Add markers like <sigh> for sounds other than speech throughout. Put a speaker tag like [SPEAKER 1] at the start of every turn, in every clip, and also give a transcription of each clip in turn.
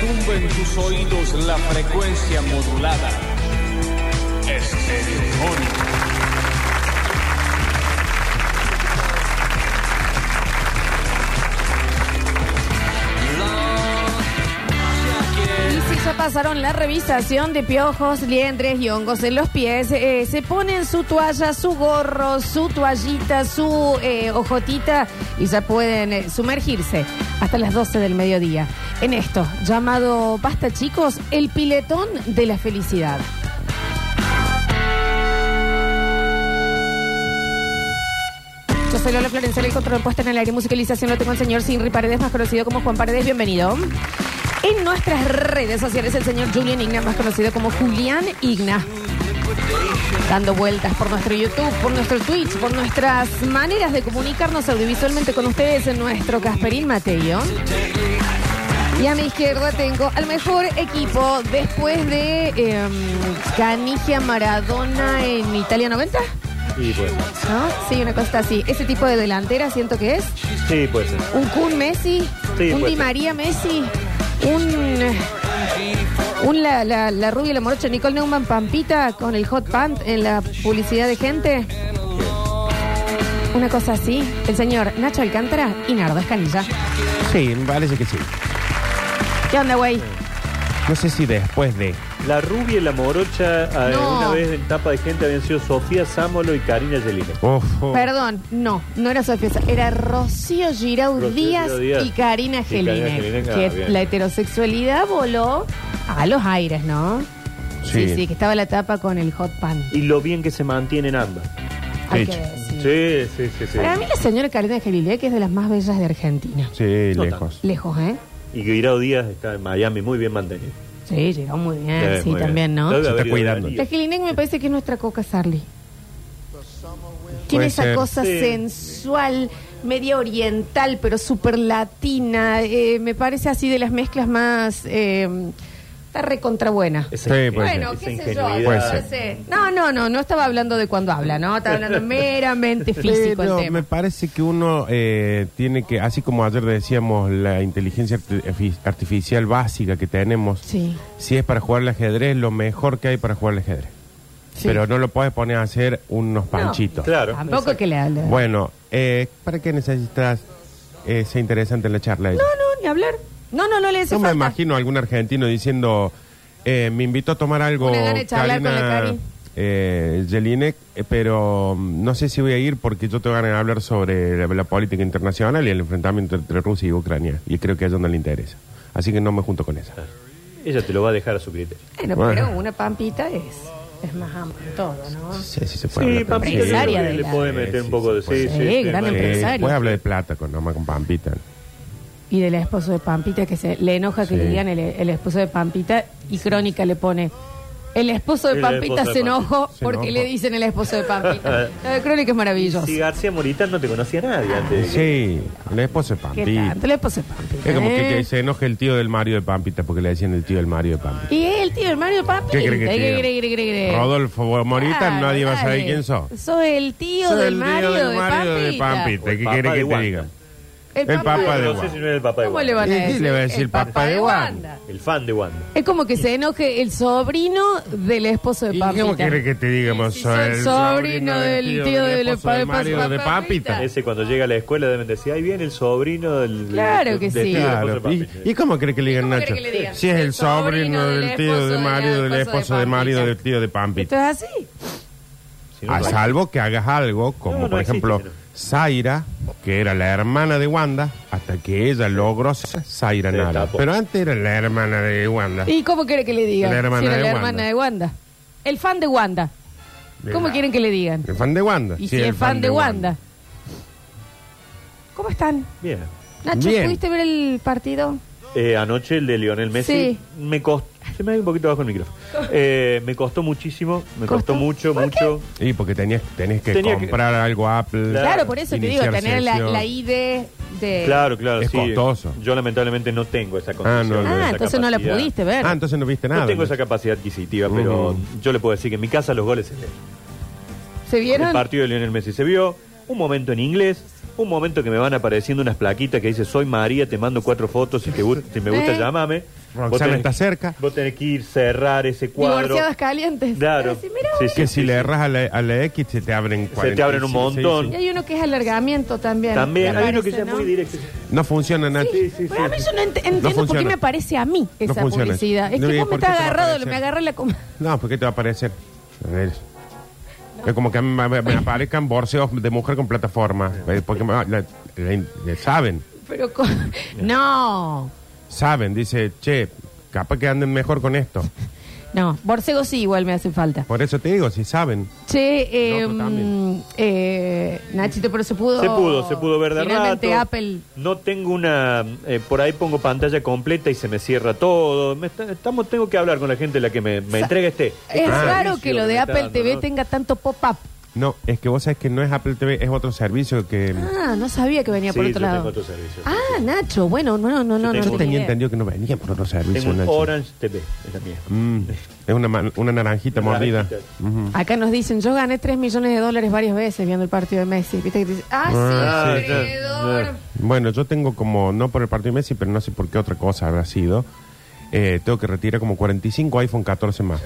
[SPEAKER 1] tus oídos la frecuencia modulada. Estereofónica.
[SPEAKER 2] Y si ya pasaron la revisación de piojos, liendres y hongos en los pies, eh, se ponen su toalla, su gorro, su toallita, su eh, hojotita y ya pueden eh, sumergirse hasta las 12 del mediodía en esto llamado, basta chicos, el piletón de la felicidad. Yo soy Lola Florencia, el control puesta en el aire y musicalización lo tengo el señor Sinri Paredes, más conocido como Juan Paredes. Bienvenido. En nuestras redes sociales, el señor Julian Igna, más conocido como Julián Igna. Dando vueltas por nuestro YouTube, por nuestro Twitch, por nuestras maneras de comunicarnos audiovisualmente con ustedes en nuestro Casperín Mateo. Y a mi izquierda tengo al mejor equipo después de eh, Canigia Maradona en Italia 90.
[SPEAKER 3] Sí, pues. puede ser.
[SPEAKER 2] ¿No? Sí, una cosa así. Ese tipo de delantera siento que es.
[SPEAKER 3] Sí, puede ser.
[SPEAKER 2] Un Kun Messi,
[SPEAKER 3] Sí,
[SPEAKER 2] un
[SPEAKER 3] puede
[SPEAKER 2] Di
[SPEAKER 3] ser.
[SPEAKER 2] María Messi, un. Un la, la, la rubia, la morocha, Nicole Neumann Pampita con el hot pant en la publicidad de gente. Una cosa así. El señor Nacho Alcántara y Nardo Escanilla.
[SPEAKER 4] Sí, me parece que sí.
[SPEAKER 2] ¿Qué onda, güey?
[SPEAKER 4] No sé si después de.
[SPEAKER 3] La rubia y la morocha eh,
[SPEAKER 2] No.
[SPEAKER 3] una vez en tapa de gente habían sido Sofía Sámolo y Karina Yelina.
[SPEAKER 4] Ojo.
[SPEAKER 2] Perdón, no, no era Sofía, Sa- era Rocío Giraud
[SPEAKER 3] Rocío
[SPEAKER 2] Díaz
[SPEAKER 3] Giraud Díaz.
[SPEAKER 2] y Karina
[SPEAKER 3] Y Karina
[SPEAKER 2] Gelline.
[SPEAKER 3] Gelline, ah,
[SPEAKER 2] Que
[SPEAKER 3] bien.
[SPEAKER 2] la heterosexualidad voló a los aires, ¿no?
[SPEAKER 4] Sí.
[SPEAKER 2] sí, que estaba la tapa con el hot pan.
[SPEAKER 3] Y lo bien que se mantienen ambas.
[SPEAKER 2] Hay
[SPEAKER 4] Sí.
[SPEAKER 2] que decir.
[SPEAKER 3] Sí, sí, sí. sí.
[SPEAKER 2] Para mí la señora Karina Gelilea, que es de las más bellas de Argentina.
[SPEAKER 4] Sí,
[SPEAKER 3] No
[SPEAKER 4] lejos.
[SPEAKER 2] Lejos, ¿eh?
[SPEAKER 3] Y Guirao Díaz está en Miami muy bien mantenido.
[SPEAKER 2] Sí, llegó muy bien,
[SPEAKER 3] Eh,
[SPEAKER 2] sí,
[SPEAKER 3] muy bien.
[SPEAKER 2] también, ¿no?
[SPEAKER 3] Debe
[SPEAKER 4] Se
[SPEAKER 3] haber
[SPEAKER 4] está
[SPEAKER 3] ido
[SPEAKER 4] cuidando.
[SPEAKER 3] a Darío.
[SPEAKER 2] La Gelilea me parece que es nuestra coca Sarli. Tiene
[SPEAKER 4] Puede
[SPEAKER 2] esa
[SPEAKER 4] ser.
[SPEAKER 2] cosa
[SPEAKER 3] Sí.
[SPEAKER 2] sensual, media oriental, pero súper latina. Eh, me parece así de las mezclas más... eh, está recontra buena.
[SPEAKER 3] Esa
[SPEAKER 4] Sí, puede
[SPEAKER 3] ingenuidad,
[SPEAKER 4] ser.
[SPEAKER 2] Bueno,
[SPEAKER 3] esa
[SPEAKER 2] qué sé yo.
[SPEAKER 3] ingenuidad.
[SPEAKER 4] Puede
[SPEAKER 2] no
[SPEAKER 4] ser.
[SPEAKER 2] sé. No, no, no, no estaba hablando de cuando habla, ¿no? Estaba
[SPEAKER 3] <laughs>
[SPEAKER 2] hablando meramente físico el
[SPEAKER 4] Pero
[SPEAKER 2] tema.
[SPEAKER 4] me parece que uno eh, tiene que, así como ayer decíamos, la inteligencia arti- artificial básica que tenemos,
[SPEAKER 2] Sí.
[SPEAKER 4] si es para jugar al ajedrez, lo mejor que hay para jugar al ajedrez.
[SPEAKER 2] Sí.
[SPEAKER 4] Pero no lo puedes poner a hacer unos panchitos.
[SPEAKER 3] Claro.
[SPEAKER 2] Tampoco que le hable.
[SPEAKER 4] Bueno, eh, ¿para qué necesitas eh, ser interesante en la charla?
[SPEAKER 2] No, no, ni hablar. No, no, no le hace
[SPEAKER 4] Yo me
[SPEAKER 2] falta.
[SPEAKER 4] imagino a algún argentino diciendo, eh, me invitó a tomar algo,
[SPEAKER 2] Una gana de charlar con la Cari.
[SPEAKER 4] eh, Jelinek, eh, pero mm, no sé si voy a ir porque yo tengo ganas de hablar sobre la, la política internacional y el enfrentamiento entre Rusia y Ucrania. Y creo que a ella no le interesa. Así que no me junto con ella.
[SPEAKER 3] Ella te lo va a dejar a su criterio.
[SPEAKER 2] Bueno,
[SPEAKER 4] Bueno.
[SPEAKER 2] pero una pampita es, es más amplio todo, ¿no?
[SPEAKER 4] No sé si se puede
[SPEAKER 3] Sí,
[SPEAKER 4] hablar
[SPEAKER 3] Pampita
[SPEAKER 4] tanto.
[SPEAKER 3] yo
[SPEAKER 2] Empresaria
[SPEAKER 3] creo que
[SPEAKER 2] de
[SPEAKER 3] le
[SPEAKER 2] la-
[SPEAKER 3] puede meter
[SPEAKER 4] Sí,
[SPEAKER 3] un poco de...
[SPEAKER 4] sí,
[SPEAKER 3] Sí,
[SPEAKER 2] sí,
[SPEAKER 3] sí,
[SPEAKER 2] sí,
[SPEAKER 3] no
[SPEAKER 2] gran
[SPEAKER 3] hay-
[SPEAKER 4] Eh,
[SPEAKER 2] empresaria.
[SPEAKER 4] Puedes hablar de plata con, nomás con Pampita.
[SPEAKER 2] Y del esposo de Pampita, que se le enoja que
[SPEAKER 4] Sí.
[SPEAKER 2] le digan el, el esposo de Pampita, y Crónica le pone. El esposo de
[SPEAKER 3] El
[SPEAKER 2] Pampita
[SPEAKER 3] esposo de
[SPEAKER 2] se enojó
[SPEAKER 4] Se
[SPEAKER 2] porque
[SPEAKER 4] enojó.
[SPEAKER 2] le dicen el esposo de
[SPEAKER 3] <laughs>
[SPEAKER 2] Pampita. Lo de Crónica es maravilloso.
[SPEAKER 3] Si García Moritán no te conocía nadie antes. de que-
[SPEAKER 4] Ah. Eh, Sí, el esposo de
[SPEAKER 2] ¿Qué
[SPEAKER 4] Pampita.
[SPEAKER 2] tanto? El esposo de Pampita.
[SPEAKER 4] Es como que,
[SPEAKER 2] ¿eh?
[SPEAKER 4] que se enoje el tío del Mario de Pampita porque le decían el tío del Mario de Pampita.
[SPEAKER 2] Y es el tío, hermano de Pampita.
[SPEAKER 4] ¿Qué cree que
[SPEAKER 2] ¿Qué
[SPEAKER 4] tiene?
[SPEAKER 2] cree, cree, cree, cree?
[SPEAKER 4] Rodolfo Morita,
[SPEAKER 2] Claro,
[SPEAKER 4] nadie va a saber
[SPEAKER 2] dale.
[SPEAKER 4] quién sos.
[SPEAKER 2] Soy el tío
[SPEAKER 4] Soy
[SPEAKER 2] del
[SPEAKER 4] el tío
[SPEAKER 2] Mario
[SPEAKER 4] del
[SPEAKER 2] de
[SPEAKER 4] Mario
[SPEAKER 2] Pampita.
[SPEAKER 4] de Pampita.
[SPEAKER 3] El
[SPEAKER 4] ¿Qué
[SPEAKER 3] papá
[SPEAKER 4] quiere
[SPEAKER 3] de
[SPEAKER 4] que te
[SPEAKER 3] Wanda.
[SPEAKER 4] diga?
[SPEAKER 2] El,
[SPEAKER 4] El papá de
[SPEAKER 3] No
[SPEAKER 4] Wanda.
[SPEAKER 3] sé si no era el papá de
[SPEAKER 2] ¿Cómo le van a
[SPEAKER 4] ¿Y qué
[SPEAKER 2] decir?
[SPEAKER 4] le va a decir?
[SPEAKER 2] El papá, de Wanda.
[SPEAKER 3] El fan de Wanda.
[SPEAKER 2] Es como que se enoje el sobrino del esposo de
[SPEAKER 4] ¿Y qué
[SPEAKER 2] Pampita.
[SPEAKER 4] quiere que te diga? Vos
[SPEAKER 2] Sí,
[SPEAKER 4] sos
[SPEAKER 2] soy
[SPEAKER 4] el
[SPEAKER 2] sobrino del tío del
[SPEAKER 4] esposo
[SPEAKER 2] papá
[SPEAKER 4] de
[SPEAKER 2] de
[SPEAKER 4] Mario de
[SPEAKER 2] Pampita.
[SPEAKER 3] <laughs>
[SPEAKER 4] Pampita.
[SPEAKER 3] Ese cuando llega a la escuela deben decir, ahí viene el sobrino del...
[SPEAKER 2] Claro
[SPEAKER 3] del-
[SPEAKER 2] que
[SPEAKER 3] del
[SPEAKER 2] sí.
[SPEAKER 3] tío del esposo de
[SPEAKER 4] Claro. ¿Y,
[SPEAKER 3] Pampita.
[SPEAKER 4] ¿Y cómo cree que le digan
[SPEAKER 2] ¿Cómo
[SPEAKER 4] Nacho?
[SPEAKER 2] cree que le digan?
[SPEAKER 4] Si es el
[SPEAKER 2] El sobrino
[SPEAKER 4] sobrino
[SPEAKER 2] del
[SPEAKER 4] del tío
[SPEAKER 2] esposo
[SPEAKER 4] de
[SPEAKER 2] de-
[SPEAKER 4] Mario,
[SPEAKER 2] esposo
[SPEAKER 4] del
[SPEAKER 2] de
[SPEAKER 4] esposo de Mario,
[SPEAKER 2] Pampita.
[SPEAKER 4] del tío de
[SPEAKER 2] Esto
[SPEAKER 4] Pampita.
[SPEAKER 2] es así.
[SPEAKER 3] Si no,
[SPEAKER 4] A
[SPEAKER 3] no hay-
[SPEAKER 4] salvo que hagas algo, como
[SPEAKER 3] No, no
[SPEAKER 4] por
[SPEAKER 3] existe,
[SPEAKER 4] ejemplo
[SPEAKER 3] pero-
[SPEAKER 4] Zaira, que era la hermana de Wanda, hasta que ella logró ser Zaira
[SPEAKER 3] Se
[SPEAKER 4] Nara.
[SPEAKER 3] tapó.
[SPEAKER 4] Pero antes era la hermana de Wanda.
[SPEAKER 2] ¿Y cómo quiere que le digan?
[SPEAKER 4] La hermana
[SPEAKER 2] Si era
[SPEAKER 4] de
[SPEAKER 2] la
[SPEAKER 4] Wanda.
[SPEAKER 2] hermana de Wanda. El fan de Wanda. ¿Cómo
[SPEAKER 4] La-
[SPEAKER 2] quieren que le digan?
[SPEAKER 4] El fan de Wanda.
[SPEAKER 2] Y
[SPEAKER 4] sí,
[SPEAKER 2] si es fan de Wanda. ¿Cómo están?
[SPEAKER 3] Bien.
[SPEAKER 2] Nacho,
[SPEAKER 4] Bien.
[SPEAKER 2] ¿pudiste ver el partido?
[SPEAKER 3] Eh, anoche el de Lionel Messi
[SPEAKER 2] Sí.
[SPEAKER 3] me costó... Se me ha ido un poquito bajo el micrófono. Eh, me costó muchísimo, me costó,
[SPEAKER 2] ¿Costó?
[SPEAKER 3] mucho,
[SPEAKER 2] ¿Por qué?
[SPEAKER 3] mucho.
[SPEAKER 4] Y porque tenías, tenés que
[SPEAKER 3] Tenía que-
[SPEAKER 4] comprar algo Apple.
[SPEAKER 3] Claro,
[SPEAKER 2] Claro, por eso te digo,
[SPEAKER 4] iniciar
[SPEAKER 2] tener la,
[SPEAKER 4] sesión.
[SPEAKER 2] la ID de...
[SPEAKER 3] Claro, claro,
[SPEAKER 4] Es
[SPEAKER 3] sí.
[SPEAKER 4] costoso.
[SPEAKER 3] Yo lamentablemente no tengo esa condición.
[SPEAKER 4] no, no.
[SPEAKER 2] Ah,
[SPEAKER 3] esa
[SPEAKER 2] entonces no la
[SPEAKER 3] capacidad.
[SPEAKER 2] pudiste ver.
[SPEAKER 4] Ah, entonces no viste nada. Uh-huh.
[SPEAKER 3] No tengo esa capacidad adquisitiva, pero
[SPEAKER 4] Ujú.
[SPEAKER 3] yo le puedo decir que en mi casa los goles se ven.
[SPEAKER 2] ¿Se
[SPEAKER 3] El
[SPEAKER 2] vieron?
[SPEAKER 3] partido de Lionel Messi se vio, un momento en inglés, un momento que me van apareciendo unas plaquitas que dice soy María, te mando cuatro fotos, si, te gu- si me gusta
[SPEAKER 2] Eh.
[SPEAKER 3] llámame.
[SPEAKER 4] Roxana
[SPEAKER 3] Vos tenés-
[SPEAKER 4] está cerca.
[SPEAKER 3] Vos tenés que ir, cerrar ese cuadro.
[SPEAKER 2] Divorciadas calientes. Pero
[SPEAKER 3] Claro.
[SPEAKER 2] sí, mira,
[SPEAKER 3] Sí,
[SPEAKER 2] bueno.
[SPEAKER 3] sí,
[SPEAKER 4] Que
[SPEAKER 3] sí,
[SPEAKER 4] si le
[SPEAKER 3] sí.
[SPEAKER 4] erras a la, a la X se te abren
[SPEAKER 3] Se te abren un
[SPEAKER 4] 46,
[SPEAKER 3] montón.
[SPEAKER 4] sí,
[SPEAKER 2] Y hay uno que es alargamiento también.
[SPEAKER 3] También
[SPEAKER 2] me
[SPEAKER 3] hay uno que
[SPEAKER 2] parece,
[SPEAKER 3] sea muy
[SPEAKER 2] ¿no?
[SPEAKER 3] directo.
[SPEAKER 4] sí. No funciona, Nacho.
[SPEAKER 3] Sí, sí,
[SPEAKER 2] Pero a mí
[SPEAKER 3] sí.
[SPEAKER 2] yo no ent- entiendo por qué
[SPEAKER 4] funciona.
[SPEAKER 2] me parece a mí
[SPEAKER 4] No
[SPEAKER 2] esa
[SPEAKER 4] funciona.
[SPEAKER 2] publicidad. Es
[SPEAKER 4] No,
[SPEAKER 2] que
[SPEAKER 4] ¿y
[SPEAKER 2] vos me
[SPEAKER 4] por qué
[SPEAKER 2] estás
[SPEAKER 4] te va a
[SPEAKER 2] agarrado,
[SPEAKER 4] aparecer?
[SPEAKER 2] me agarra la com-
[SPEAKER 4] No, porque te va a aparecer. A ver. Es como que a mí me, me aparezcan borseos de mujer con plataforma. eh, Porque me- la- la- la- saben,
[SPEAKER 2] Pero con- no.
[SPEAKER 4] saben. Dice, che, capaz que anden mejor con esto.
[SPEAKER 2] No, borcegos sí igual me hacen falta.
[SPEAKER 4] Por eso te digo, si saben.
[SPEAKER 2] Che, eh,
[SPEAKER 4] El otro también.
[SPEAKER 2] mm, eh, Nachito, pero se pudo.
[SPEAKER 3] Se pudo, se pudo ver de
[SPEAKER 2] Finalmente
[SPEAKER 3] rato.
[SPEAKER 2] Apple.
[SPEAKER 3] No tengo una. eh, por ahí pongo pantalla completa y se me cierra todo. Me está- estamos, tengo que hablar con la gente de la que me, me entrega este.
[SPEAKER 2] Es
[SPEAKER 3] este
[SPEAKER 2] raro
[SPEAKER 3] servicio
[SPEAKER 2] que lo de
[SPEAKER 3] me está
[SPEAKER 2] Apple
[SPEAKER 3] dando,
[SPEAKER 2] TV
[SPEAKER 3] ¿no?
[SPEAKER 2] tenga tanto pop-up.
[SPEAKER 4] No, es que vos sabés que no es Apple TV, es otro servicio que.
[SPEAKER 2] Ah, no sabía que venía
[SPEAKER 3] Sí,
[SPEAKER 2] por otro
[SPEAKER 3] yo
[SPEAKER 2] lado.
[SPEAKER 3] tengo otro servicio.
[SPEAKER 2] Ah, Nacho, bueno, no, no, no, Ah, no.
[SPEAKER 3] tengo
[SPEAKER 4] Yo
[SPEAKER 2] no
[SPEAKER 4] tenía
[SPEAKER 2] idea.
[SPEAKER 4] entendido que no venía por otro servicio.
[SPEAKER 3] Tengo un
[SPEAKER 4] Nacho.
[SPEAKER 3] Orange TV, es la mía.
[SPEAKER 4] Mm, es una, man- una naranjita
[SPEAKER 3] Una
[SPEAKER 4] mordida. Mm.
[SPEAKER 3] naranjita.
[SPEAKER 4] Ujú.
[SPEAKER 2] Acá nos dicen, yo gané 3 millones de dólares varias veces viendo el partido de Messi. ¿Viste que te dicen, ah,
[SPEAKER 4] Ah,
[SPEAKER 2] sí,
[SPEAKER 3] sí,
[SPEAKER 2] acreedor.
[SPEAKER 3] sí,
[SPEAKER 4] Bueno, yo tengo como, no por el partido de Messi, pero no sé por qué otra cosa habrá sido. eh, tengo que retirar como 45 iPhone 14 más.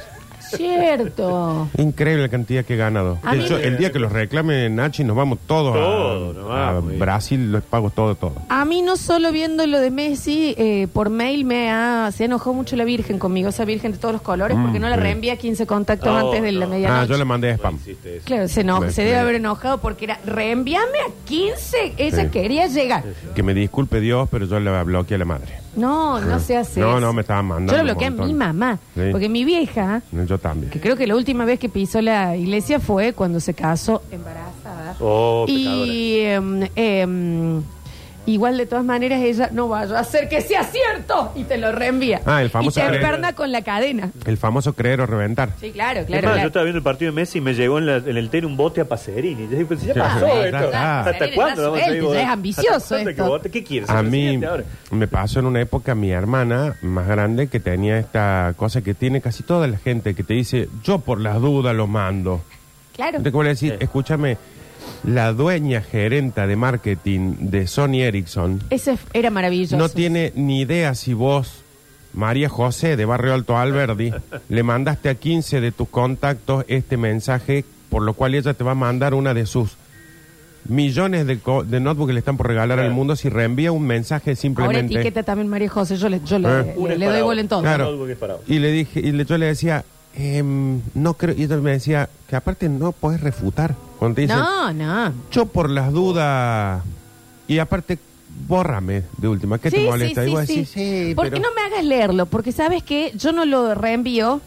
[SPEAKER 2] Cierto.
[SPEAKER 4] Increíble la cantidad que he ganado.
[SPEAKER 2] A
[SPEAKER 4] De
[SPEAKER 2] mí-
[SPEAKER 4] hecho, el día que los reclame Nachi, nos vamos todos
[SPEAKER 3] Todos,
[SPEAKER 4] a,
[SPEAKER 3] nos vamos,
[SPEAKER 4] a
[SPEAKER 3] y-
[SPEAKER 4] Brasil, los pago todo, todo.
[SPEAKER 2] A mí no solo viendo lo de Messi, eh, por mail me ha, se enojó mucho la Virgen conmigo, esa Virgen de todos los colores, porque
[SPEAKER 4] Mm,
[SPEAKER 2] no la
[SPEAKER 4] sí.
[SPEAKER 2] reenvía 15 contactos
[SPEAKER 3] No,
[SPEAKER 2] antes de la
[SPEAKER 3] no.
[SPEAKER 4] Ah,
[SPEAKER 2] medianoche.
[SPEAKER 4] yo le mandé spam.
[SPEAKER 3] Hiciste eso.
[SPEAKER 2] Claro, se, eno-
[SPEAKER 4] Me-
[SPEAKER 2] se debe
[SPEAKER 4] me-
[SPEAKER 2] haber enojado porque era reenvíame a 15, ella
[SPEAKER 4] Sí.
[SPEAKER 2] quería llegar.
[SPEAKER 4] Que me disculpe Dios, pero yo le bloqueé a la madre.
[SPEAKER 2] No, no se hace.
[SPEAKER 4] No,
[SPEAKER 2] eso.
[SPEAKER 4] no, me estaba mandando
[SPEAKER 2] Yo lo
[SPEAKER 4] un
[SPEAKER 2] bloqueé a
[SPEAKER 4] montón.
[SPEAKER 2] mi mamá,
[SPEAKER 4] Sí.
[SPEAKER 2] porque mi vieja,
[SPEAKER 4] Yo también.
[SPEAKER 2] que creo que la última vez que pisó la iglesia fue cuando se casó embarazada.
[SPEAKER 3] Oh, pecadora.
[SPEAKER 2] Y em, em, igual de todas maneras ella no vaya a hacer que sea cierto y te lo reenvía.
[SPEAKER 4] Ah, el famoso
[SPEAKER 2] Y te
[SPEAKER 4] creer.
[SPEAKER 2] emperna con la cadena.
[SPEAKER 4] El famoso creer o reventar.
[SPEAKER 2] Sí, claro,
[SPEAKER 3] Es
[SPEAKER 2] claro.
[SPEAKER 3] más,
[SPEAKER 2] claro.
[SPEAKER 3] Ah, yo estaba viendo el partido de Messi y me llegó en, la- en el tele un bote a Pacerini. Yo dije, pues, ya
[SPEAKER 4] Sí,
[SPEAKER 3] pasó
[SPEAKER 4] sí,
[SPEAKER 3] esto.
[SPEAKER 4] ya está.
[SPEAKER 3] ¿Hasta
[SPEAKER 2] Pacerini
[SPEAKER 3] cuándo?
[SPEAKER 2] está
[SPEAKER 3] vamos a
[SPEAKER 2] suelto,
[SPEAKER 3] seguir
[SPEAKER 2] ya es
[SPEAKER 3] votando?
[SPEAKER 2] ambicioso
[SPEAKER 3] ¿Hasta cuándo
[SPEAKER 2] esto.
[SPEAKER 3] que vote? ¿Qué quieres?
[SPEAKER 4] A
[SPEAKER 3] ¿El
[SPEAKER 4] mí
[SPEAKER 3] presidente ahora?
[SPEAKER 4] me pasó en una época mi hermana más grande que tenía esta cosa que tiene casi toda la gente que te dice, yo por las dudas lo mando.
[SPEAKER 2] Claro.
[SPEAKER 4] Entonces, ¿cómo le decís?
[SPEAKER 3] <laughs> Sí.
[SPEAKER 4] Escúchame, la dueña gerenta de marketing de Sony Ericsson
[SPEAKER 2] Ese f- era maravilloso.
[SPEAKER 4] no tiene ni idea si vos, María José de Barrio Alto Alberdi, le mandaste a 15 de tus contactos este mensaje, por lo cual ella te va a mandar una de sus millones de, co- de notebooks que le están por regalar al
[SPEAKER 3] Claro.
[SPEAKER 4] mundo si reenvía un mensaje
[SPEAKER 2] Ahora
[SPEAKER 4] simplemente.
[SPEAKER 2] etiqueta también María José, yo le, yo le,
[SPEAKER 4] Eh.
[SPEAKER 2] le- le doy bola en todo.
[SPEAKER 4] Claro.
[SPEAKER 3] Notebook es para vos.
[SPEAKER 4] Y le dije, y le- yo le decía, em, no creo, y ella me decía que aparte no podés refutar. Cuando te dicen,
[SPEAKER 2] No, no.
[SPEAKER 4] yo por las dudas, y aparte, bórrame de última, ¿qué te molesta? y vos decís, sí,
[SPEAKER 2] ¿Por
[SPEAKER 4] pero-
[SPEAKER 2] qué no me hagas leerlo? Porque sabes que yo no lo reenvío,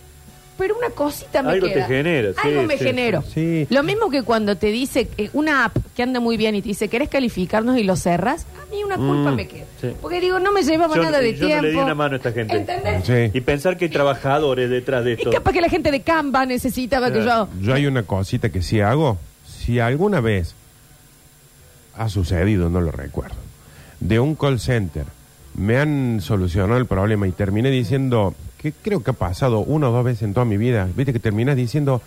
[SPEAKER 2] pero una cosita me
[SPEAKER 3] Algo te
[SPEAKER 2] queda.
[SPEAKER 3] genera, sí,
[SPEAKER 2] Algo me
[SPEAKER 3] sí,
[SPEAKER 2] genero.
[SPEAKER 4] sí.
[SPEAKER 2] Lo mismo que cuando te dice eh, una app que anda muy bien y te dice, ¿querés calificarnos y lo cerras? A mí una culpa
[SPEAKER 4] Mm,
[SPEAKER 2] me queda.
[SPEAKER 3] sí.
[SPEAKER 2] Porque digo, no me llevaba
[SPEAKER 3] Yo-
[SPEAKER 2] nada de
[SPEAKER 3] yo
[SPEAKER 2] tiempo.
[SPEAKER 3] no le di una mano a esta gente.
[SPEAKER 2] ¿Entendés?
[SPEAKER 4] Sí.
[SPEAKER 3] Y pensar que hay trabajadores detrás de
[SPEAKER 2] Y
[SPEAKER 3] esto.
[SPEAKER 2] capaz que la gente de Canva necesitaba que yo...
[SPEAKER 3] Claro.
[SPEAKER 4] Yo hay una cosita que sí hago. Si alguna vez ha sucedido, no lo recuerdo, de un call center, me han solucionado el problema y terminé diciendo, que creo que ha pasado una o dos veces en toda mi vida, viste que terminas diciendo,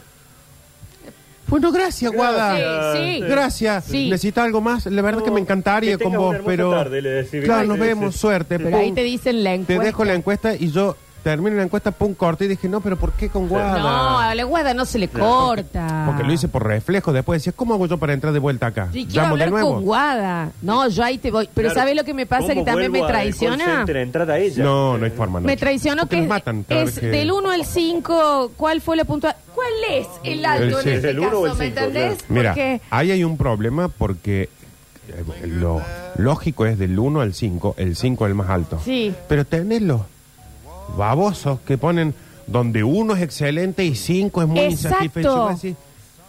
[SPEAKER 4] bueno, gracias, Guada.
[SPEAKER 2] Sí, sí.
[SPEAKER 4] Gracias.
[SPEAKER 2] Sí.
[SPEAKER 4] Necesita algo más. La verdad que me encantaría
[SPEAKER 3] Que
[SPEAKER 4] con
[SPEAKER 3] tengas
[SPEAKER 4] vos,
[SPEAKER 3] una hermosa
[SPEAKER 4] pero...
[SPEAKER 3] tarde, le decís.
[SPEAKER 4] claro,
[SPEAKER 3] Ay,
[SPEAKER 4] nos
[SPEAKER 3] le
[SPEAKER 4] vemos.
[SPEAKER 3] decís.
[SPEAKER 4] Suerte.
[SPEAKER 2] Pero ahí
[SPEAKER 4] pum.
[SPEAKER 2] te dicen la
[SPEAKER 4] Uh, Te
[SPEAKER 2] encuesta.
[SPEAKER 4] dejo la encuesta y yo termino la encuesta, pum, corte. Y dije, no, pero ¿por qué con Guada?
[SPEAKER 2] No, a la guada no se le corta.
[SPEAKER 4] Porque lo hice por reflejo. Después decía, ¿cómo hago yo para entrar de vuelta acá?
[SPEAKER 2] Ah. Sí, quiero hablar con Guada. No, yo ahí te voy. Pero
[SPEAKER 3] Claro.
[SPEAKER 2] ¿sabes lo que me pasa que
[SPEAKER 3] ¿Cómo
[SPEAKER 2] también me
[SPEAKER 3] vuelvo al call
[SPEAKER 2] traiciona?
[SPEAKER 3] center a entrar a ella?
[SPEAKER 4] No, no hay forma. no.
[SPEAKER 2] Me traicionó
[SPEAKER 4] Porque
[SPEAKER 2] que
[SPEAKER 4] nos matan. cada
[SPEAKER 2] es
[SPEAKER 4] vez que-
[SPEAKER 2] del 1 al 5. ¿Cuál fue la puntuación? ¿Cuál es el alto
[SPEAKER 4] sí.
[SPEAKER 2] en este
[SPEAKER 3] ¿El uno o
[SPEAKER 2] caso?
[SPEAKER 3] el
[SPEAKER 2] ¿Me
[SPEAKER 3] cinco?
[SPEAKER 2] entendés?
[SPEAKER 4] Mira,
[SPEAKER 2] Porque
[SPEAKER 4] ahí hay un problema porque eh, lo lógico es del 1 al 5, el 5 es el más alto.
[SPEAKER 2] Sí.
[SPEAKER 4] Pero tenés los babosos que ponen donde uno es excelente y 5 es muy
[SPEAKER 2] Exacto.
[SPEAKER 4] insatisfecho. Y vos decís,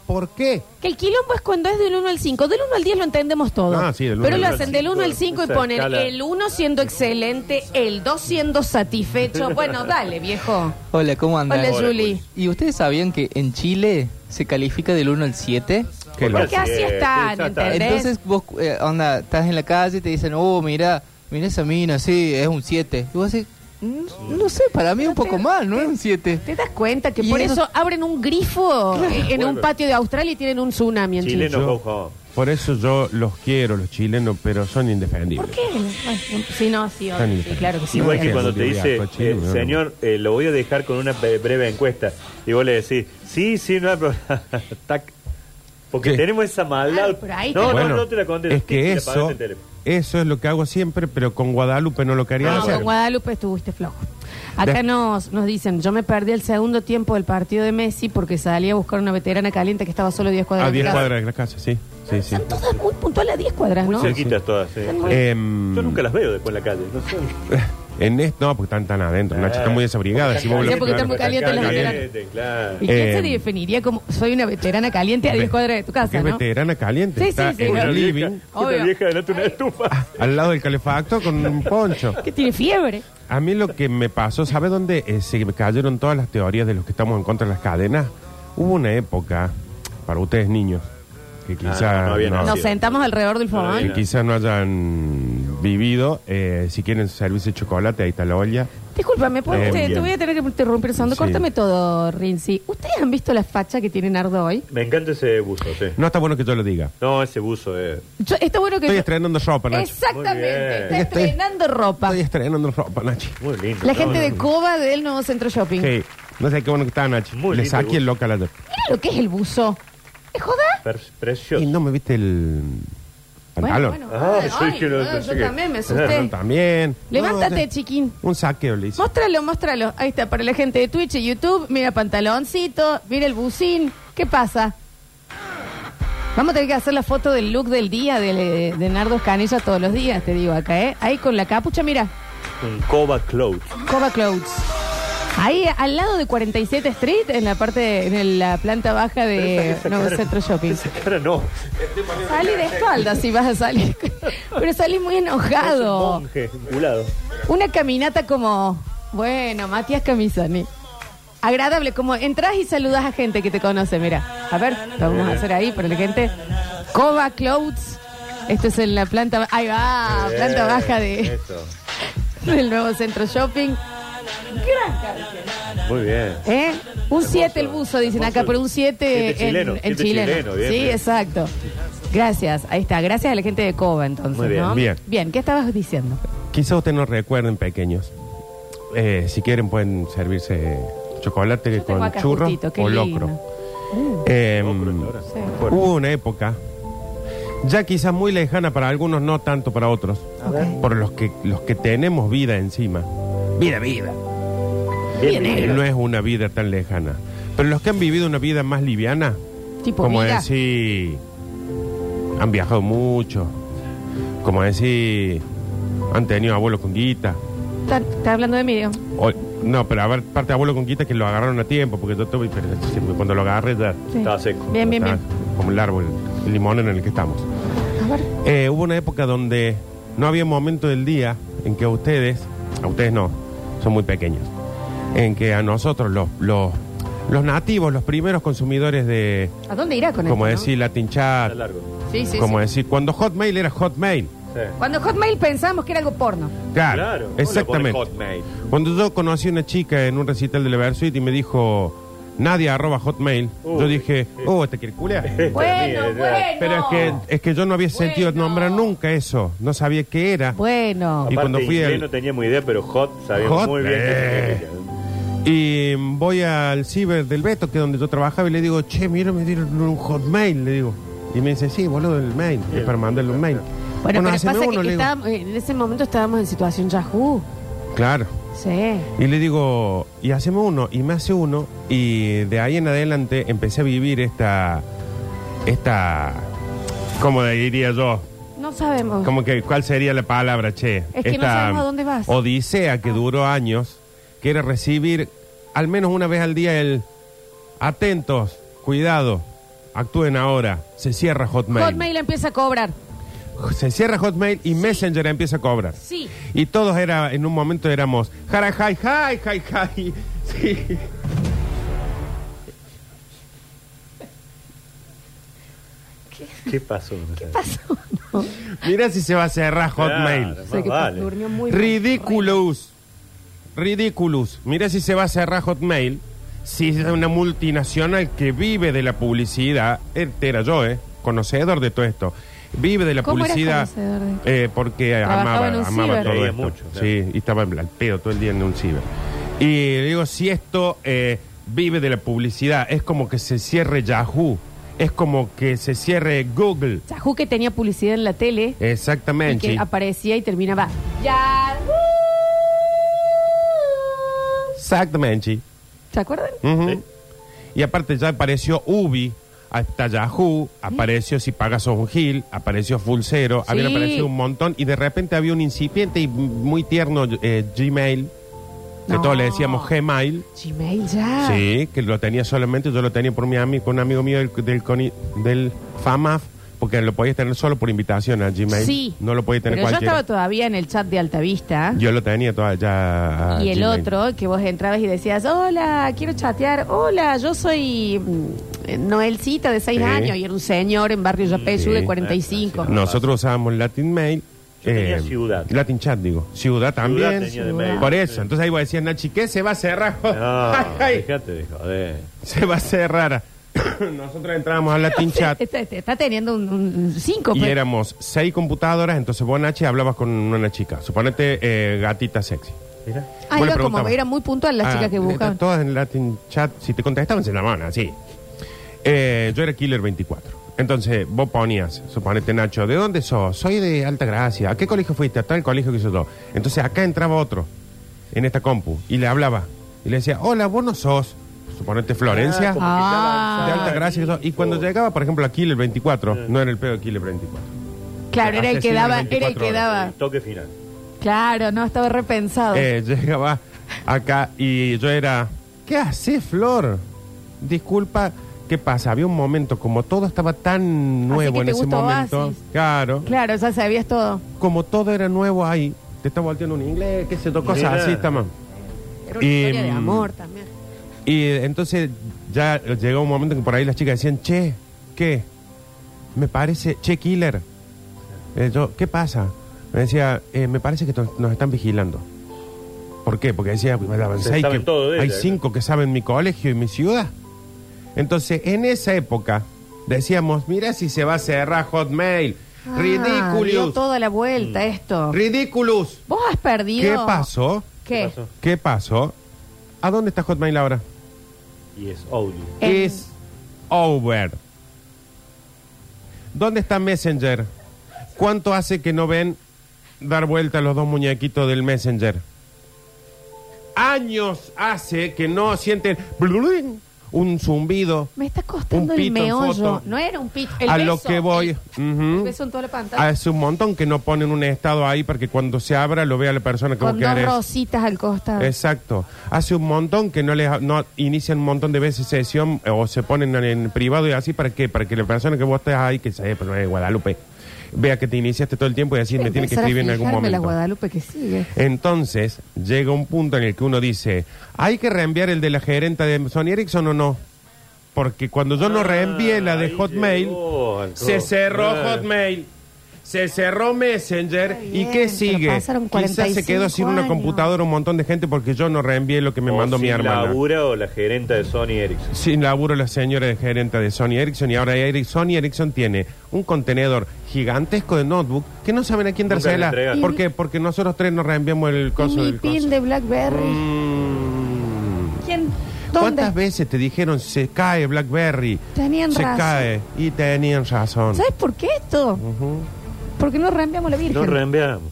[SPEAKER 4] ¿Por qué?
[SPEAKER 2] que el quilombo es cuando es del 1 al 5. Del 1 al 10 lo entendemos todo.
[SPEAKER 4] Ah, sí, del uno
[SPEAKER 2] Pero
[SPEAKER 4] al
[SPEAKER 2] lo
[SPEAKER 4] diez.
[SPEAKER 2] hacen del 1 al 5 y
[SPEAKER 3] Esa
[SPEAKER 2] ponen
[SPEAKER 3] escala.
[SPEAKER 2] el 1 siendo excelente, el 2 siendo
[SPEAKER 3] <laughs>
[SPEAKER 2] satisfecho. Bueno, dale, viejo.
[SPEAKER 5] Hola, ¿cómo andan?
[SPEAKER 2] Hola, Juli.
[SPEAKER 5] ¿Y ustedes sabían que en Chile se califica del 1 al
[SPEAKER 4] Qué
[SPEAKER 5] 7?
[SPEAKER 3] Porque
[SPEAKER 2] Porque
[SPEAKER 4] loco.
[SPEAKER 3] Así
[SPEAKER 2] así
[SPEAKER 3] es,
[SPEAKER 2] están,
[SPEAKER 3] sí, ya está.
[SPEAKER 2] ¿entendés?
[SPEAKER 5] Entonces vos, eh, onda, estás en la calle y te dicen, oh, mira, mira esa mina, sí, es un 7. Y vos decís, "Mm, no sé, para mí es un poco mal, no es un 7.
[SPEAKER 2] ¿Te das cuenta que
[SPEAKER 5] Y
[SPEAKER 2] por
[SPEAKER 5] eso-
[SPEAKER 2] eso abren un grifo en un
[SPEAKER 3] Vuelve.
[SPEAKER 2] patio de Australia y tienen un tsunami en Chile?
[SPEAKER 3] Chileno, ojo.
[SPEAKER 4] Por eso yo los quiero, los chilenos, pero son
[SPEAKER 2] ¿Por
[SPEAKER 4] indefendibles.
[SPEAKER 2] qué? Bueno, sí, no, sí, obvio,
[SPEAKER 4] Tan
[SPEAKER 2] sí,
[SPEAKER 4] indiferente.
[SPEAKER 2] claro que sí.
[SPEAKER 3] Igual
[SPEAKER 2] obvio.
[SPEAKER 3] que cuando te
[SPEAKER 4] Digo,
[SPEAKER 3] dice,
[SPEAKER 4] ya, cochino,
[SPEAKER 3] eh,
[SPEAKER 4] bueno.
[SPEAKER 3] señor, eh, lo voy a dejar con una bre- breve encuesta. Y vos le decís, sí, sí, no hay problema. <laughs> Tac. Porque
[SPEAKER 4] ¿Qué?
[SPEAKER 3] tenemos esa maldad.
[SPEAKER 2] Ah, por ahí
[SPEAKER 3] no,
[SPEAKER 2] te-
[SPEAKER 3] no,
[SPEAKER 4] Bueno,
[SPEAKER 3] no, te la conté.
[SPEAKER 4] es que eso, eso es lo que hago siempre, pero con Guadalupe no lo quería
[SPEAKER 2] No,
[SPEAKER 4] hacer.
[SPEAKER 2] Ah, con Guadalupe estuviste flojo. Acá
[SPEAKER 4] De-
[SPEAKER 2] nos, nos dicen, yo me perdí el segundo tiempo del partido de Messi porque salí a buscar una veterana caliente que estaba solo 10 cuadras.
[SPEAKER 4] A
[SPEAKER 2] de
[SPEAKER 4] 10
[SPEAKER 2] casa.
[SPEAKER 4] cuadras de la casa, sí. sí, sí.
[SPEAKER 2] Están todas muy puntuales a 10 cuadras, ¿no?
[SPEAKER 3] Cerquitas todas. sí.
[SPEAKER 4] Em,
[SPEAKER 3] Yo nunca las veo después en la calle. No sé.
[SPEAKER 4] En esto, no, porque están tan adentro. Nacho está muy desabrigada. Si vos
[SPEAKER 2] Sí,
[SPEAKER 4] lo-
[SPEAKER 2] porque están muy calientes las
[SPEAKER 3] claro.
[SPEAKER 2] ¿Y quién se
[SPEAKER 4] Eh,
[SPEAKER 2] definiría como soy una veterana caliente a 10
[SPEAKER 4] Ve-
[SPEAKER 2] cuadras de tu
[SPEAKER 4] porque
[SPEAKER 2] casa,
[SPEAKER 4] es
[SPEAKER 2] no?
[SPEAKER 4] veterana caliente.
[SPEAKER 2] Sí, sí,
[SPEAKER 4] está
[SPEAKER 2] sí,
[SPEAKER 4] en
[SPEAKER 2] Una
[SPEAKER 4] el
[SPEAKER 3] vieja-
[SPEAKER 4] living,
[SPEAKER 2] Obvio.
[SPEAKER 3] Una vieja delante de una estufa.
[SPEAKER 4] al lado del calefacto, con un poncho.
[SPEAKER 2] Que tiene fiebre.
[SPEAKER 4] A mí lo que me pasó, ¿sabe dónde eh, se me cayeron todas las teorías de los que estamos en contra de las cadenas? Hubo una época, para ustedes niños, que quizás
[SPEAKER 3] Ah, no, no
[SPEAKER 4] no,
[SPEAKER 3] había nacido.
[SPEAKER 2] Nos sentamos alrededor del fogón.
[SPEAKER 4] que quizá no hayan vivido, eh, si quieren servirse chocolate, ahí está la olla.
[SPEAKER 2] Discúlpame, ¿puedo-
[SPEAKER 4] Eh,
[SPEAKER 2] te,
[SPEAKER 3] bien.
[SPEAKER 2] te voy a tener que interrumpir, Sando.
[SPEAKER 4] Sí.
[SPEAKER 2] Córtame todo, Rinzi. ¿Ustedes han visto la facha que tiene Nardo hoy?
[SPEAKER 3] Me encanta ese buzo, sí.
[SPEAKER 4] No está bueno que yo lo diga.
[SPEAKER 3] No, ese buzo es.
[SPEAKER 2] Yo- está bueno que...
[SPEAKER 4] Estoy
[SPEAKER 2] yo-
[SPEAKER 4] estrenando ropa, Nachi.
[SPEAKER 2] Exactamente.
[SPEAKER 3] Muy
[SPEAKER 2] Está
[SPEAKER 3] bien.
[SPEAKER 4] Estoy-
[SPEAKER 2] estrenando ropa.
[SPEAKER 4] Estoy estrenando ropa, Nachi.
[SPEAKER 3] Muy lindo.
[SPEAKER 2] La
[SPEAKER 3] ¿no?
[SPEAKER 2] gente de Coba del nuevo centro shopping.
[SPEAKER 4] Sí, no sé qué bueno que está, Nachi.
[SPEAKER 3] Muy
[SPEAKER 4] Le
[SPEAKER 3] lindo
[SPEAKER 4] saqué
[SPEAKER 3] gusto.
[SPEAKER 4] el local ayer.
[SPEAKER 2] Mira lo que es el buzo. ¿Es joda?
[SPEAKER 3] Pre- precioso.
[SPEAKER 4] Y no me viste el pantalón.
[SPEAKER 3] Ah,
[SPEAKER 2] ay,
[SPEAKER 3] sí,
[SPEAKER 2] ay,
[SPEAKER 3] que lo-
[SPEAKER 2] no,
[SPEAKER 3] pensé
[SPEAKER 2] yo
[SPEAKER 3] que-
[SPEAKER 2] también me
[SPEAKER 4] Yo
[SPEAKER 2] asusté.
[SPEAKER 4] También.
[SPEAKER 2] Levántate,
[SPEAKER 4] No,
[SPEAKER 2] chiquín.
[SPEAKER 4] Un saqueo le hice.
[SPEAKER 2] Móstralo, móstralo. Ahí está, para la gente de Twitch y YouTube. Mira pantaloncito, mira el bucín. ¿Qué pasa? Vamos a tener que hacer la foto del look del día de, de Nardo Escanilla todos los días, te digo acá, ¿eh? Ahí con la capucha, mira.
[SPEAKER 3] Un Coba Cloud.
[SPEAKER 2] Coba Clothes. Ahí al lado de 47 Street, en la parte, en la planta baja de Nuevo Centro Shopping.
[SPEAKER 3] Esa cara no.
[SPEAKER 2] Salí de espalda si vas a salir. Pero salí muy
[SPEAKER 3] Es un
[SPEAKER 2] enojado.
[SPEAKER 3] monje enculado.
[SPEAKER 2] Una caminata como, bueno, Matías Camisani. Agradable, como entras y saludas a gente que te conoce. Mira, a ver, lo vamos a hacer ahí para la gente. Coba Clothes. Esto es en la planta. ba- Ahí va, planta
[SPEAKER 3] Eh,
[SPEAKER 2] baja de,
[SPEAKER 3] Eso.
[SPEAKER 2] del nuevo centro shopping. Gran cara.
[SPEAKER 3] Muy bien.
[SPEAKER 2] ¿Eh? Un 7 el buzo, dicen
[SPEAKER 3] Hermoso.
[SPEAKER 2] acá, pero un 7
[SPEAKER 3] Siete chileno,
[SPEAKER 2] en, en
[SPEAKER 3] siete
[SPEAKER 2] chileno.
[SPEAKER 3] chileno, bien,
[SPEAKER 2] sí,
[SPEAKER 3] bien.
[SPEAKER 2] exacto. Gracias, ahí está. Gracias a la gente de Coba, entonces.
[SPEAKER 3] Muy bien,
[SPEAKER 2] ¿no?
[SPEAKER 4] bien.
[SPEAKER 2] Bien, ¿qué estabas diciendo?
[SPEAKER 4] Quizás ustedes no recuerden, pequeños. Eh, si quieren, pueden servirse chocolate
[SPEAKER 2] Yo tengo
[SPEAKER 4] con
[SPEAKER 2] acá
[SPEAKER 4] churro
[SPEAKER 2] justito, qué
[SPEAKER 4] o
[SPEAKER 2] lindo.
[SPEAKER 4] locro. Eh,
[SPEAKER 3] Locro,
[SPEAKER 2] Sí.
[SPEAKER 4] hubo una época, ya quizás muy lejana para algunos, no tanto para otros, por los que, los que tenemos vida encima. Vida, vida.
[SPEAKER 3] Bien,
[SPEAKER 2] eh.
[SPEAKER 4] No es una vida tan lejana. Pero los que han vivido una vida más liviana,
[SPEAKER 2] eh, Tipo,
[SPEAKER 4] como
[SPEAKER 2] Pues mira,
[SPEAKER 4] decir, han viajado mucho, como decir, han tenido abuelo con guita.
[SPEAKER 2] está, está hablando de mí, Diego.
[SPEAKER 4] O- no, pero a ver, parte de abuelo con guita que lo agarraron a tiempo, porque yo tuve, pero sí, cuando lo agarré ya
[SPEAKER 2] Sí.
[SPEAKER 3] Estaba seco.
[SPEAKER 2] Bien, bien,
[SPEAKER 4] está
[SPEAKER 2] bien.
[SPEAKER 4] como el árbol, el limón en el que estamos.
[SPEAKER 2] A ver,
[SPEAKER 4] Eh, hubo una época donde no había momento del día en que a ustedes, a ustedes no, son muy pequeños, en que a nosotros, los, los, los nativos, los primeros consumidores de,
[SPEAKER 2] ¿a dónde irá con
[SPEAKER 4] como
[SPEAKER 2] esto,
[SPEAKER 4] decir, Latin Chat,
[SPEAKER 3] Está largo.
[SPEAKER 2] no? Sí, sí,
[SPEAKER 4] como
[SPEAKER 2] sí.
[SPEAKER 4] decir, cuando Hotmail era Hotmail.
[SPEAKER 3] Sí.
[SPEAKER 2] Cuando Hotmail pensábamos que era algo porno.
[SPEAKER 4] Claro,
[SPEAKER 3] Claro, vos
[SPEAKER 4] exactamente. Este,
[SPEAKER 3] le ponés Hotmail.
[SPEAKER 4] Cuando yo conocí a una chica en un recital de la Versuit y me dijo, Nadia arroba Hotmail,
[SPEAKER 3] Uy,
[SPEAKER 4] yo dije, oh, te quiere culiar.
[SPEAKER 2] <laughs> Bueno,
[SPEAKER 3] Este, Mira,
[SPEAKER 2] bueno.
[SPEAKER 4] Pero es que, es que yo no había sentido
[SPEAKER 2] Bueno.
[SPEAKER 4] nombrar nunca eso, no sabía qué era.
[SPEAKER 2] Bueno,
[SPEAKER 4] Y cuando fui
[SPEAKER 3] inglés
[SPEAKER 4] al-
[SPEAKER 3] no teníamos idea, pero hot sabíamos
[SPEAKER 4] Hot,
[SPEAKER 3] muy bien. qué
[SPEAKER 4] eh.
[SPEAKER 3] significa.
[SPEAKER 4] Y mm, voy al ciber del Beto, que es donde yo trabajaba, y le digo, che, mira, me dieron un hotmail, le digo. Y me dice, sí, boludo, el mail, es para mandarle un mail.
[SPEAKER 2] bueno, pero
[SPEAKER 4] haceme
[SPEAKER 2] pasa
[SPEAKER 4] uno,
[SPEAKER 2] que
[SPEAKER 4] le digo.
[SPEAKER 2] estábamos- eh, en ese momento estábamos en situación Yahoo.
[SPEAKER 4] Claro.
[SPEAKER 2] Sí.
[SPEAKER 4] Y le digo, y haceme uno, y me hace uno, y de ahí en adelante empecé a vivir esta, esta, ¿cómo diría yo?
[SPEAKER 2] No sabemos.
[SPEAKER 4] Como que, ¿cuál sería la palabra, che?
[SPEAKER 2] Es que no sabemos a dónde vas.
[SPEAKER 4] Odisea que duró años, que era recibir al menos una vez al día el atentos, cuidado, actúen ahora, se cierra Hotmail.
[SPEAKER 2] Hotmail empieza a cobrar.
[SPEAKER 4] Se cierra Hotmail y Messenger empieza a cobrar.
[SPEAKER 2] Sí.
[SPEAKER 4] Y todos era, en un momento éramos, jara, jai, jai, jai, jai. <laughs> Sí.
[SPEAKER 3] ¿Qué pasó? ¿Qué
[SPEAKER 2] Pasó.
[SPEAKER 4] Mirá si se va a cerrar Hotmail.
[SPEAKER 2] Sé que durmió muy mal.
[SPEAKER 4] Ridiculous. Ridiculous. Mira si se va a cerrar Hotmail. Si es una multinacional que vive de la publicidad, este era yo, ¿eh? conocedor de todo esto. Vive de la
[SPEAKER 2] ¿Cómo eras
[SPEAKER 4] publicidad
[SPEAKER 2] conocedor de esto?
[SPEAKER 4] eh, porque
[SPEAKER 2] Trabajaba
[SPEAKER 4] amaba,
[SPEAKER 2] en un
[SPEAKER 4] amaba
[SPEAKER 2] ciber.
[SPEAKER 4] todo
[SPEAKER 3] Leía
[SPEAKER 4] esto.
[SPEAKER 3] mucho, claro.
[SPEAKER 4] Sí, y estaba en al pedo todo el día en un ciber. Y le digo, si esto eh, vive de la publicidad, es como que se cierre Yahoo, es como que se cierre Google.
[SPEAKER 2] Yahoo que tenía publicidad en la tele
[SPEAKER 4] Eh,
[SPEAKER 2] y
[SPEAKER 4] Exactamente.
[SPEAKER 2] que aparecía y terminaba. Yahoo.
[SPEAKER 4] Exactamente.
[SPEAKER 2] ¿Se acuerdan?
[SPEAKER 4] Ujú.
[SPEAKER 3] Sí.
[SPEAKER 4] Y aparte ya apareció Ubi, hasta Yahoo, apareció Si Pagas o un Gil, apareció Fulcero,
[SPEAKER 2] Sí.
[SPEAKER 4] habían aparecido un montón y de repente había un incipiente y muy tierno eh, Gmail, que
[SPEAKER 2] No. Ah.
[SPEAKER 4] todos le decíamos Gmail.
[SPEAKER 2] Gmail ya.
[SPEAKER 4] Sí, que lo tenía solamente, yo lo tenía por mi amigo, con un amigo mío del, del, Coni- del FAMAF, porque lo podías tener solo por invitación a Gmail.
[SPEAKER 2] Sí.
[SPEAKER 4] No lo podías tener
[SPEAKER 2] Pero
[SPEAKER 4] cualquiera.
[SPEAKER 2] yo estaba todavía en el chat de Altavista.
[SPEAKER 4] Yo lo tenía todavía.
[SPEAKER 2] y el otro, que vos entrabas y decías, hola, quiero chatear, hola, yo soy mm, Noelcita de 6
[SPEAKER 4] Sí.
[SPEAKER 2] años y era un señor en Barrio Yapeyú
[SPEAKER 4] Sí.
[SPEAKER 2] de 45.
[SPEAKER 3] Ah, sí.
[SPEAKER 4] Nosotros usábamos Latin Mail. eh,
[SPEAKER 3] Yo tenía Ciudad.
[SPEAKER 4] Latin Chat, digo. Ciudad también.
[SPEAKER 3] tenía de mail.
[SPEAKER 4] Por eso.
[SPEAKER 3] Sí.
[SPEAKER 4] Entonces ahí vos decías, Nachi, ¿qué? Se va a cerrar.
[SPEAKER 3] No,
[SPEAKER 4] <laughs> Ay,
[SPEAKER 3] fíjate, de joder.
[SPEAKER 4] se va a cerrar. <coughs> Nosotros entrábamos
[SPEAKER 2] <laughs>
[SPEAKER 4] a Latin Chat.
[SPEAKER 2] Está, está- Este, está teniendo un- un pues. 5.
[SPEAKER 4] Y éramos seis computadoras, entonces vos, Nachi, hablabas con una chica. Suponete eh, gatita sexy.
[SPEAKER 3] Mira.
[SPEAKER 2] Ah,
[SPEAKER 4] Vos le
[SPEAKER 2] era como,
[SPEAKER 4] preguntabas.
[SPEAKER 2] era muy puntual las
[SPEAKER 4] Ah,
[SPEAKER 2] chicas que
[SPEAKER 4] están
[SPEAKER 2] buscaban.
[SPEAKER 4] Todas en Latin Chat, si te contestaban, se llamaban así. Eh, yo era Killer 24. Entonces, vos ponías, suponete Nacho, ¿de dónde sos? Soy de Alta Gracia. ¿A qué colegio fuiste? A tal colegio que yo yo. Entonces, acá entraba otro, en esta compu, y le hablaba. Y le decía, hola, vos no sos, suponete Florencia,
[SPEAKER 3] como que ya
[SPEAKER 2] Ah.
[SPEAKER 3] avanzaba.
[SPEAKER 4] de Alta Gracia. que yo. Y cuando
[SPEAKER 3] Oh.
[SPEAKER 4] llegaba, por ejemplo, a Killer 24, no era el pedo de Killer 24.
[SPEAKER 2] Claro, era el que
[SPEAKER 4] asesino
[SPEAKER 2] daba,
[SPEAKER 4] de
[SPEAKER 2] era el
[SPEAKER 4] 24
[SPEAKER 2] que daba.
[SPEAKER 3] El toque final.
[SPEAKER 2] Claro, no, estaba repensado.
[SPEAKER 4] Eh, <laughs> llegaba acá y yo era, ¿qué hace Flor? Disculpa, ¿qué pasa? Había un momento, como todo estaba tan nuevo
[SPEAKER 2] que
[SPEAKER 4] en
[SPEAKER 2] te
[SPEAKER 4] ese
[SPEAKER 2] gusta
[SPEAKER 4] momento,
[SPEAKER 2] Oasis.
[SPEAKER 4] claro,
[SPEAKER 2] Claro, ya sabías todo.
[SPEAKER 4] como todo era nuevo ahí, te está volteando un inglés, qué sé yo, cosas
[SPEAKER 3] Mira.
[SPEAKER 4] así, está mal.
[SPEAKER 2] Era una
[SPEAKER 4] Y,
[SPEAKER 2] historia de
[SPEAKER 4] mm,
[SPEAKER 2] amor también.
[SPEAKER 4] Y eh, entonces ya llegó un momento que por ahí las chicas decían, che, ¿qué? Me parece, che, killer. Eh, yo, ¿qué pasa? Me decía, "Eh, me parece que to- nos están vigilando. ¿Por qué? Porque decía, me daban
[SPEAKER 3] Se
[SPEAKER 4] seis
[SPEAKER 3] saben
[SPEAKER 4] que-
[SPEAKER 3] todo de
[SPEAKER 4] hay
[SPEAKER 3] ella, ¿eh?
[SPEAKER 4] cinco que saben mi colegio y mi ciudad. Entonces, en esa época, decíamos, mira si se va a cerrar Hotmail.
[SPEAKER 2] Ah, dio
[SPEAKER 4] Ridiculous.
[SPEAKER 2] toda la vuelta esto.
[SPEAKER 4] Ridiculous.
[SPEAKER 2] Vos has perdido.
[SPEAKER 4] Mm. ¿Qué pasó?
[SPEAKER 2] ¿Qué?
[SPEAKER 3] pasó?
[SPEAKER 4] ¿Qué pasó? ¿A dónde está Hotmail ahora?
[SPEAKER 3] Y es audio.
[SPEAKER 2] En-
[SPEAKER 4] is over. ¿Dónde está Messenger? ¿Cuánto hace que no ven dar vuelta los dos muñequitos del Messenger? Años hace que no sienten blulín, un zumbido.
[SPEAKER 2] Me está costando
[SPEAKER 4] Un
[SPEAKER 2] el
[SPEAKER 4] pito en
[SPEAKER 2] meollo.
[SPEAKER 4] foto.
[SPEAKER 2] No era un pito. El
[SPEAKER 4] a
[SPEAKER 2] beso,
[SPEAKER 4] lo que voy.
[SPEAKER 2] El,
[SPEAKER 4] ujú.
[SPEAKER 2] el beso en toda la pantalla.
[SPEAKER 4] Hace un montón que no ponen un estado ahí para que cuando se abra lo vea la persona como
[SPEAKER 2] con
[SPEAKER 4] que
[SPEAKER 2] dos
[SPEAKER 4] eres.
[SPEAKER 2] rositas al costado.
[SPEAKER 4] Exacto. Hace un montón que no les no inician un montón de veces sesión eh, o se ponen en, en privado y así para que para que la persona que vos estás ahí que sabe, pero no es de Guadalupe, vea que te iniciaste todo el tiempo y así
[SPEAKER 2] Voy a
[SPEAKER 4] me tiene que
[SPEAKER 2] Eh, empezar a
[SPEAKER 4] escribir en algún
[SPEAKER 2] fijarme la
[SPEAKER 4] momento.
[SPEAKER 2] Guadalupe que sigue.
[SPEAKER 4] Entonces, llega un punto en el que uno dice, ¿hay que reenviar el de la gerenta de Sony Ericsson o no? Porque cuando yo no
[SPEAKER 3] Ah,
[SPEAKER 4] reenvié la de
[SPEAKER 3] ahí
[SPEAKER 4] Hotmail,
[SPEAKER 3] llegó al
[SPEAKER 4] se
[SPEAKER 3] club.
[SPEAKER 4] cerró
[SPEAKER 3] Claro.
[SPEAKER 4] Hotmail, se cerró Messenger,
[SPEAKER 2] Está
[SPEAKER 4] ¿y
[SPEAKER 2] bien,
[SPEAKER 4] qué
[SPEAKER 2] pero
[SPEAKER 4] sigue?
[SPEAKER 2] pasaron
[SPEAKER 4] Quizás se quedó sin
[SPEAKER 2] 45
[SPEAKER 4] una
[SPEAKER 2] años.
[SPEAKER 4] computadora un montón de gente porque yo no reenvié lo que me
[SPEAKER 3] O
[SPEAKER 4] mandó mi
[SPEAKER 3] Oh, sin
[SPEAKER 4] hermana.
[SPEAKER 3] labura o la gerenta de Sony Ericsson.
[SPEAKER 4] Sin laburo la señora gerente de Sony Ericsson y ahora Eric- Sony Ericsson tiene un contenedor gigantesco de notebook que no saben a quién
[SPEAKER 3] Nunca le
[SPEAKER 4] dársela.
[SPEAKER 3] entregan.
[SPEAKER 4] ¿Por qué? Porque nosotros tres nos reenviamos el
[SPEAKER 2] Y
[SPEAKER 4] coso
[SPEAKER 2] mi
[SPEAKER 4] del coso.
[SPEAKER 2] pin de Blackberry.
[SPEAKER 4] Mm.
[SPEAKER 2] ¿Quién?
[SPEAKER 4] ¿Cuántas
[SPEAKER 2] ¿Dónde?
[SPEAKER 4] veces te dijeron se cae BlackBerry?
[SPEAKER 2] Tenían
[SPEAKER 4] se
[SPEAKER 2] razón.
[SPEAKER 4] cae y tenían razón.
[SPEAKER 2] ¿Sabes por qué esto? Porque no reenviamos la Virgen.
[SPEAKER 3] No reenviamos.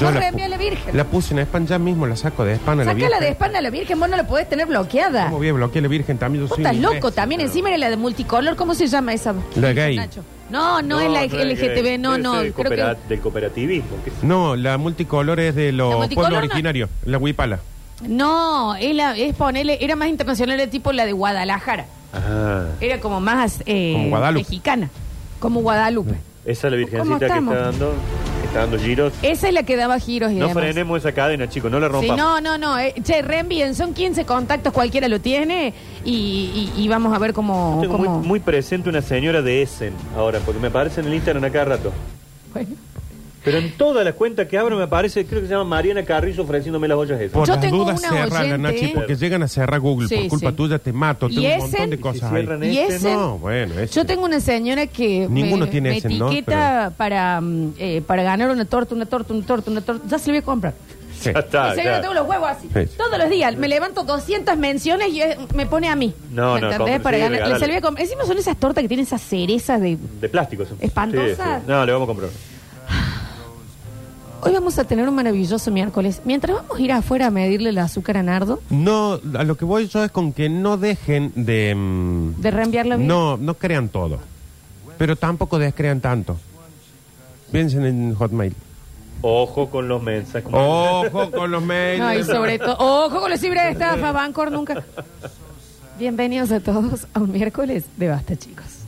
[SPEAKER 2] No
[SPEAKER 4] la,
[SPEAKER 2] reenvié a la Virgen.
[SPEAKER 4] la puse en spam, ya mismo la saco de spam a la
[SPEAKER 2] Saca la
[SPEAKER 4] Virgen.
[SPEAKER 2] de espalda a la Virgen, vos no la podés tener bloqueada.
[SPEAKER 4] ¿Cómo
[SPEAKER 2] Vos
[SPEAKER 4] voy a bloquear la Virgen? También yo soy
[SPEAKER 2] Ah. estás
[SPEAKER 4] un
[SPEAKER 2] loco
[SPEAKER 4] imbécil.
[SPEAKER 2] también. Encima era la de multicolor. ¿Cómo se llama esa?
[SPEAKER 4] La gay.
[SPEAKER 2] Nacho. No, no, es la
[SPEAKER 3] es
[SPEAKER 2] LGTB.
[SPEAKER 3] gay.
[SPEAKER 2] No,
[SPEAKER 3] Debe
[SPEAKER 2] no.
[SPEAKER 3] ser Del,
[SPEAKER 2] Creo que...
[SPEAKER 3] coopera- del cooperativismo. ¿qué es?
[SPEAKER 4] No, la multicolor es de
[SPEAKER 2] La
[SPEAKER 4] los
[SPEAKER 2] multicolor
[SPEAKER 4] pueblos
[SPEAKER 2] no-
[SPEAKER 4] originarios, la huipala.
[SPEAKER 2] No, es, la- es ponerle, era más internacional, era tipo la de Guadalajara.
[SPEAKER 3] Ah,
[SPEAKER 2] Era como más eh,
[SPEAKER 4] Como Guadalupe.
[SPEAKER 2] mexicana, como Guadalupe.
[SPEAKER 3] esa es la
[SPEAKER 2] ¿Cómo
[SPEAKER 3] virgencita que está
[SPEAKER 2] estamos?
[SPEAKER 3] dando, que está dando giros.
[SPEAKER 2] Esa es la que daba giros y
[SPEAKER 3] No
[SPEAKER 2] demás.
[SPEAKER 3] frenemos esa cadena, chicos, no la
[SPEAKER 2] Sí,
[SPEAKER 3] rompamos.
[SPEAKER 2] no, no, no. eh, che, reenvíen, son 15 contactos, cualquiera lo tiene y, y- y vamos a ver cómo...
[SPEAKER 3] Tengo
[SPEAKER 2] cómo-
[SPEAKER 3] muy, muy presente una señora de Essen ahora, porque me aparece en el Instagram a cada rato.
[SPEAKER 2] Bueno.
[SPEAKER 3] Pero en todas las cuentas que abro me aparece, creo que se llama Mariana Carrizo ofreciéndome las ollas esas.
[SPEAKER 4] Por
[SPEAKER 2] Yo
[SPEAKER 4] las
[SPEAKER 2] tengo
[SPEAKER 4] dudas,
[SPEAKER 2] una
[SPEAKER 4] cerrala,
[SPEAKER 2] oyente-
[SPEAKER 4] Nachi, porque llegan a cerrar Google.
[SPEAKER 2] Sí,
[SPEAKER 4] por culpa
[SPEAKER 2] sí.
[SPEAKER 4] tuya te mato,
[SPEAKER 2] ¿Y
[SPEAKER 4] tengo un
[SPEAKER 2] Essen?
[SPEAKER 4] montón de
[SPEAKER 2] Y si
[SPEAKER 4] cosas
[SPEAKER 3] Si
[SPEAKER 4] ahí.
[SPEAKER 3] cierran
[SPEAKER 2] ¿Y
[SPEAKER 3] este,
[SPEAKER 2] ese?
[SPEAKER 4] No, bueno, ese.
[SPEAKER 2] Yo tengo una señora que
[SPEAKER 4] Ninguno
[SPEAKER 2] me,
[SPEAKER 4] tiene
[SPEAKER 2] me
[SPEAKER 4] ese, ¿no?
[SPEAKER 2] etiqueta para, mm, eh, para ganar una torta, una torta, una torta, una torta. Ya se la voy a comprar.
[SPEAKER 4] Sí.
[SPEAKER 3] Ya está,
[SPEAKER 2] en serio,
[SPEAKER 3] ya.
[SPEAKER 2] yo tengo los huevos así.
[SPEAKER 4] Sí.
[SPEAKER 2] Todos los días me levanto 200 menciones y eh, me pone a mí.
[SPEAKER 3] No,
[SPEAKER 2] ¿Me
[SPEAKER 3] no,
[SPEAKER 2] entendés?
[SPEAKER 3] compre-
[SPEAKER 2] Para
[SPEAKER 3] sí,
[SPEAKER 2] ganar. Se
[SPEAKER 3] regalale.
[SPEAKER 2] la voy a comprar. Encima son esas tortas que tienen esas cerezas de...
[SPEAKER 3] De plástico. son.
[SPEAKER 2] ¿Espantosa?
[SPEAKER 3] Sí, sí. No, le vamos a comprar.
[SPEAKER 2] Hoy vamos a tener un maravilloso miércoles. Mientras vamos a ir afuera a medirle el azúcar a Nardo,
[SPEAKER 4] No, a lo que voy yo es con que no dejen de... mm,
[SPEAKER 2] de reenviar la vida.
[SPEAKER 4] No, no crean todo. Pero tampoco descrean tanto. Piensen en Hotmail.
[SPEAKER 3] Ojo con los mensajes.
[SPEAKER 4] Ojo con los
[SPEAKER 2] No, y
[SPEAKER 4] mails.
[SPEAKER 2] sobre todo... ¡Ojo con los ciber de
[SPEAKER 3] <laughs>
[SPEAKER 2] estafa! Bancor nunca... Bienvenidos a todos a un miércoles de Basta, chicos.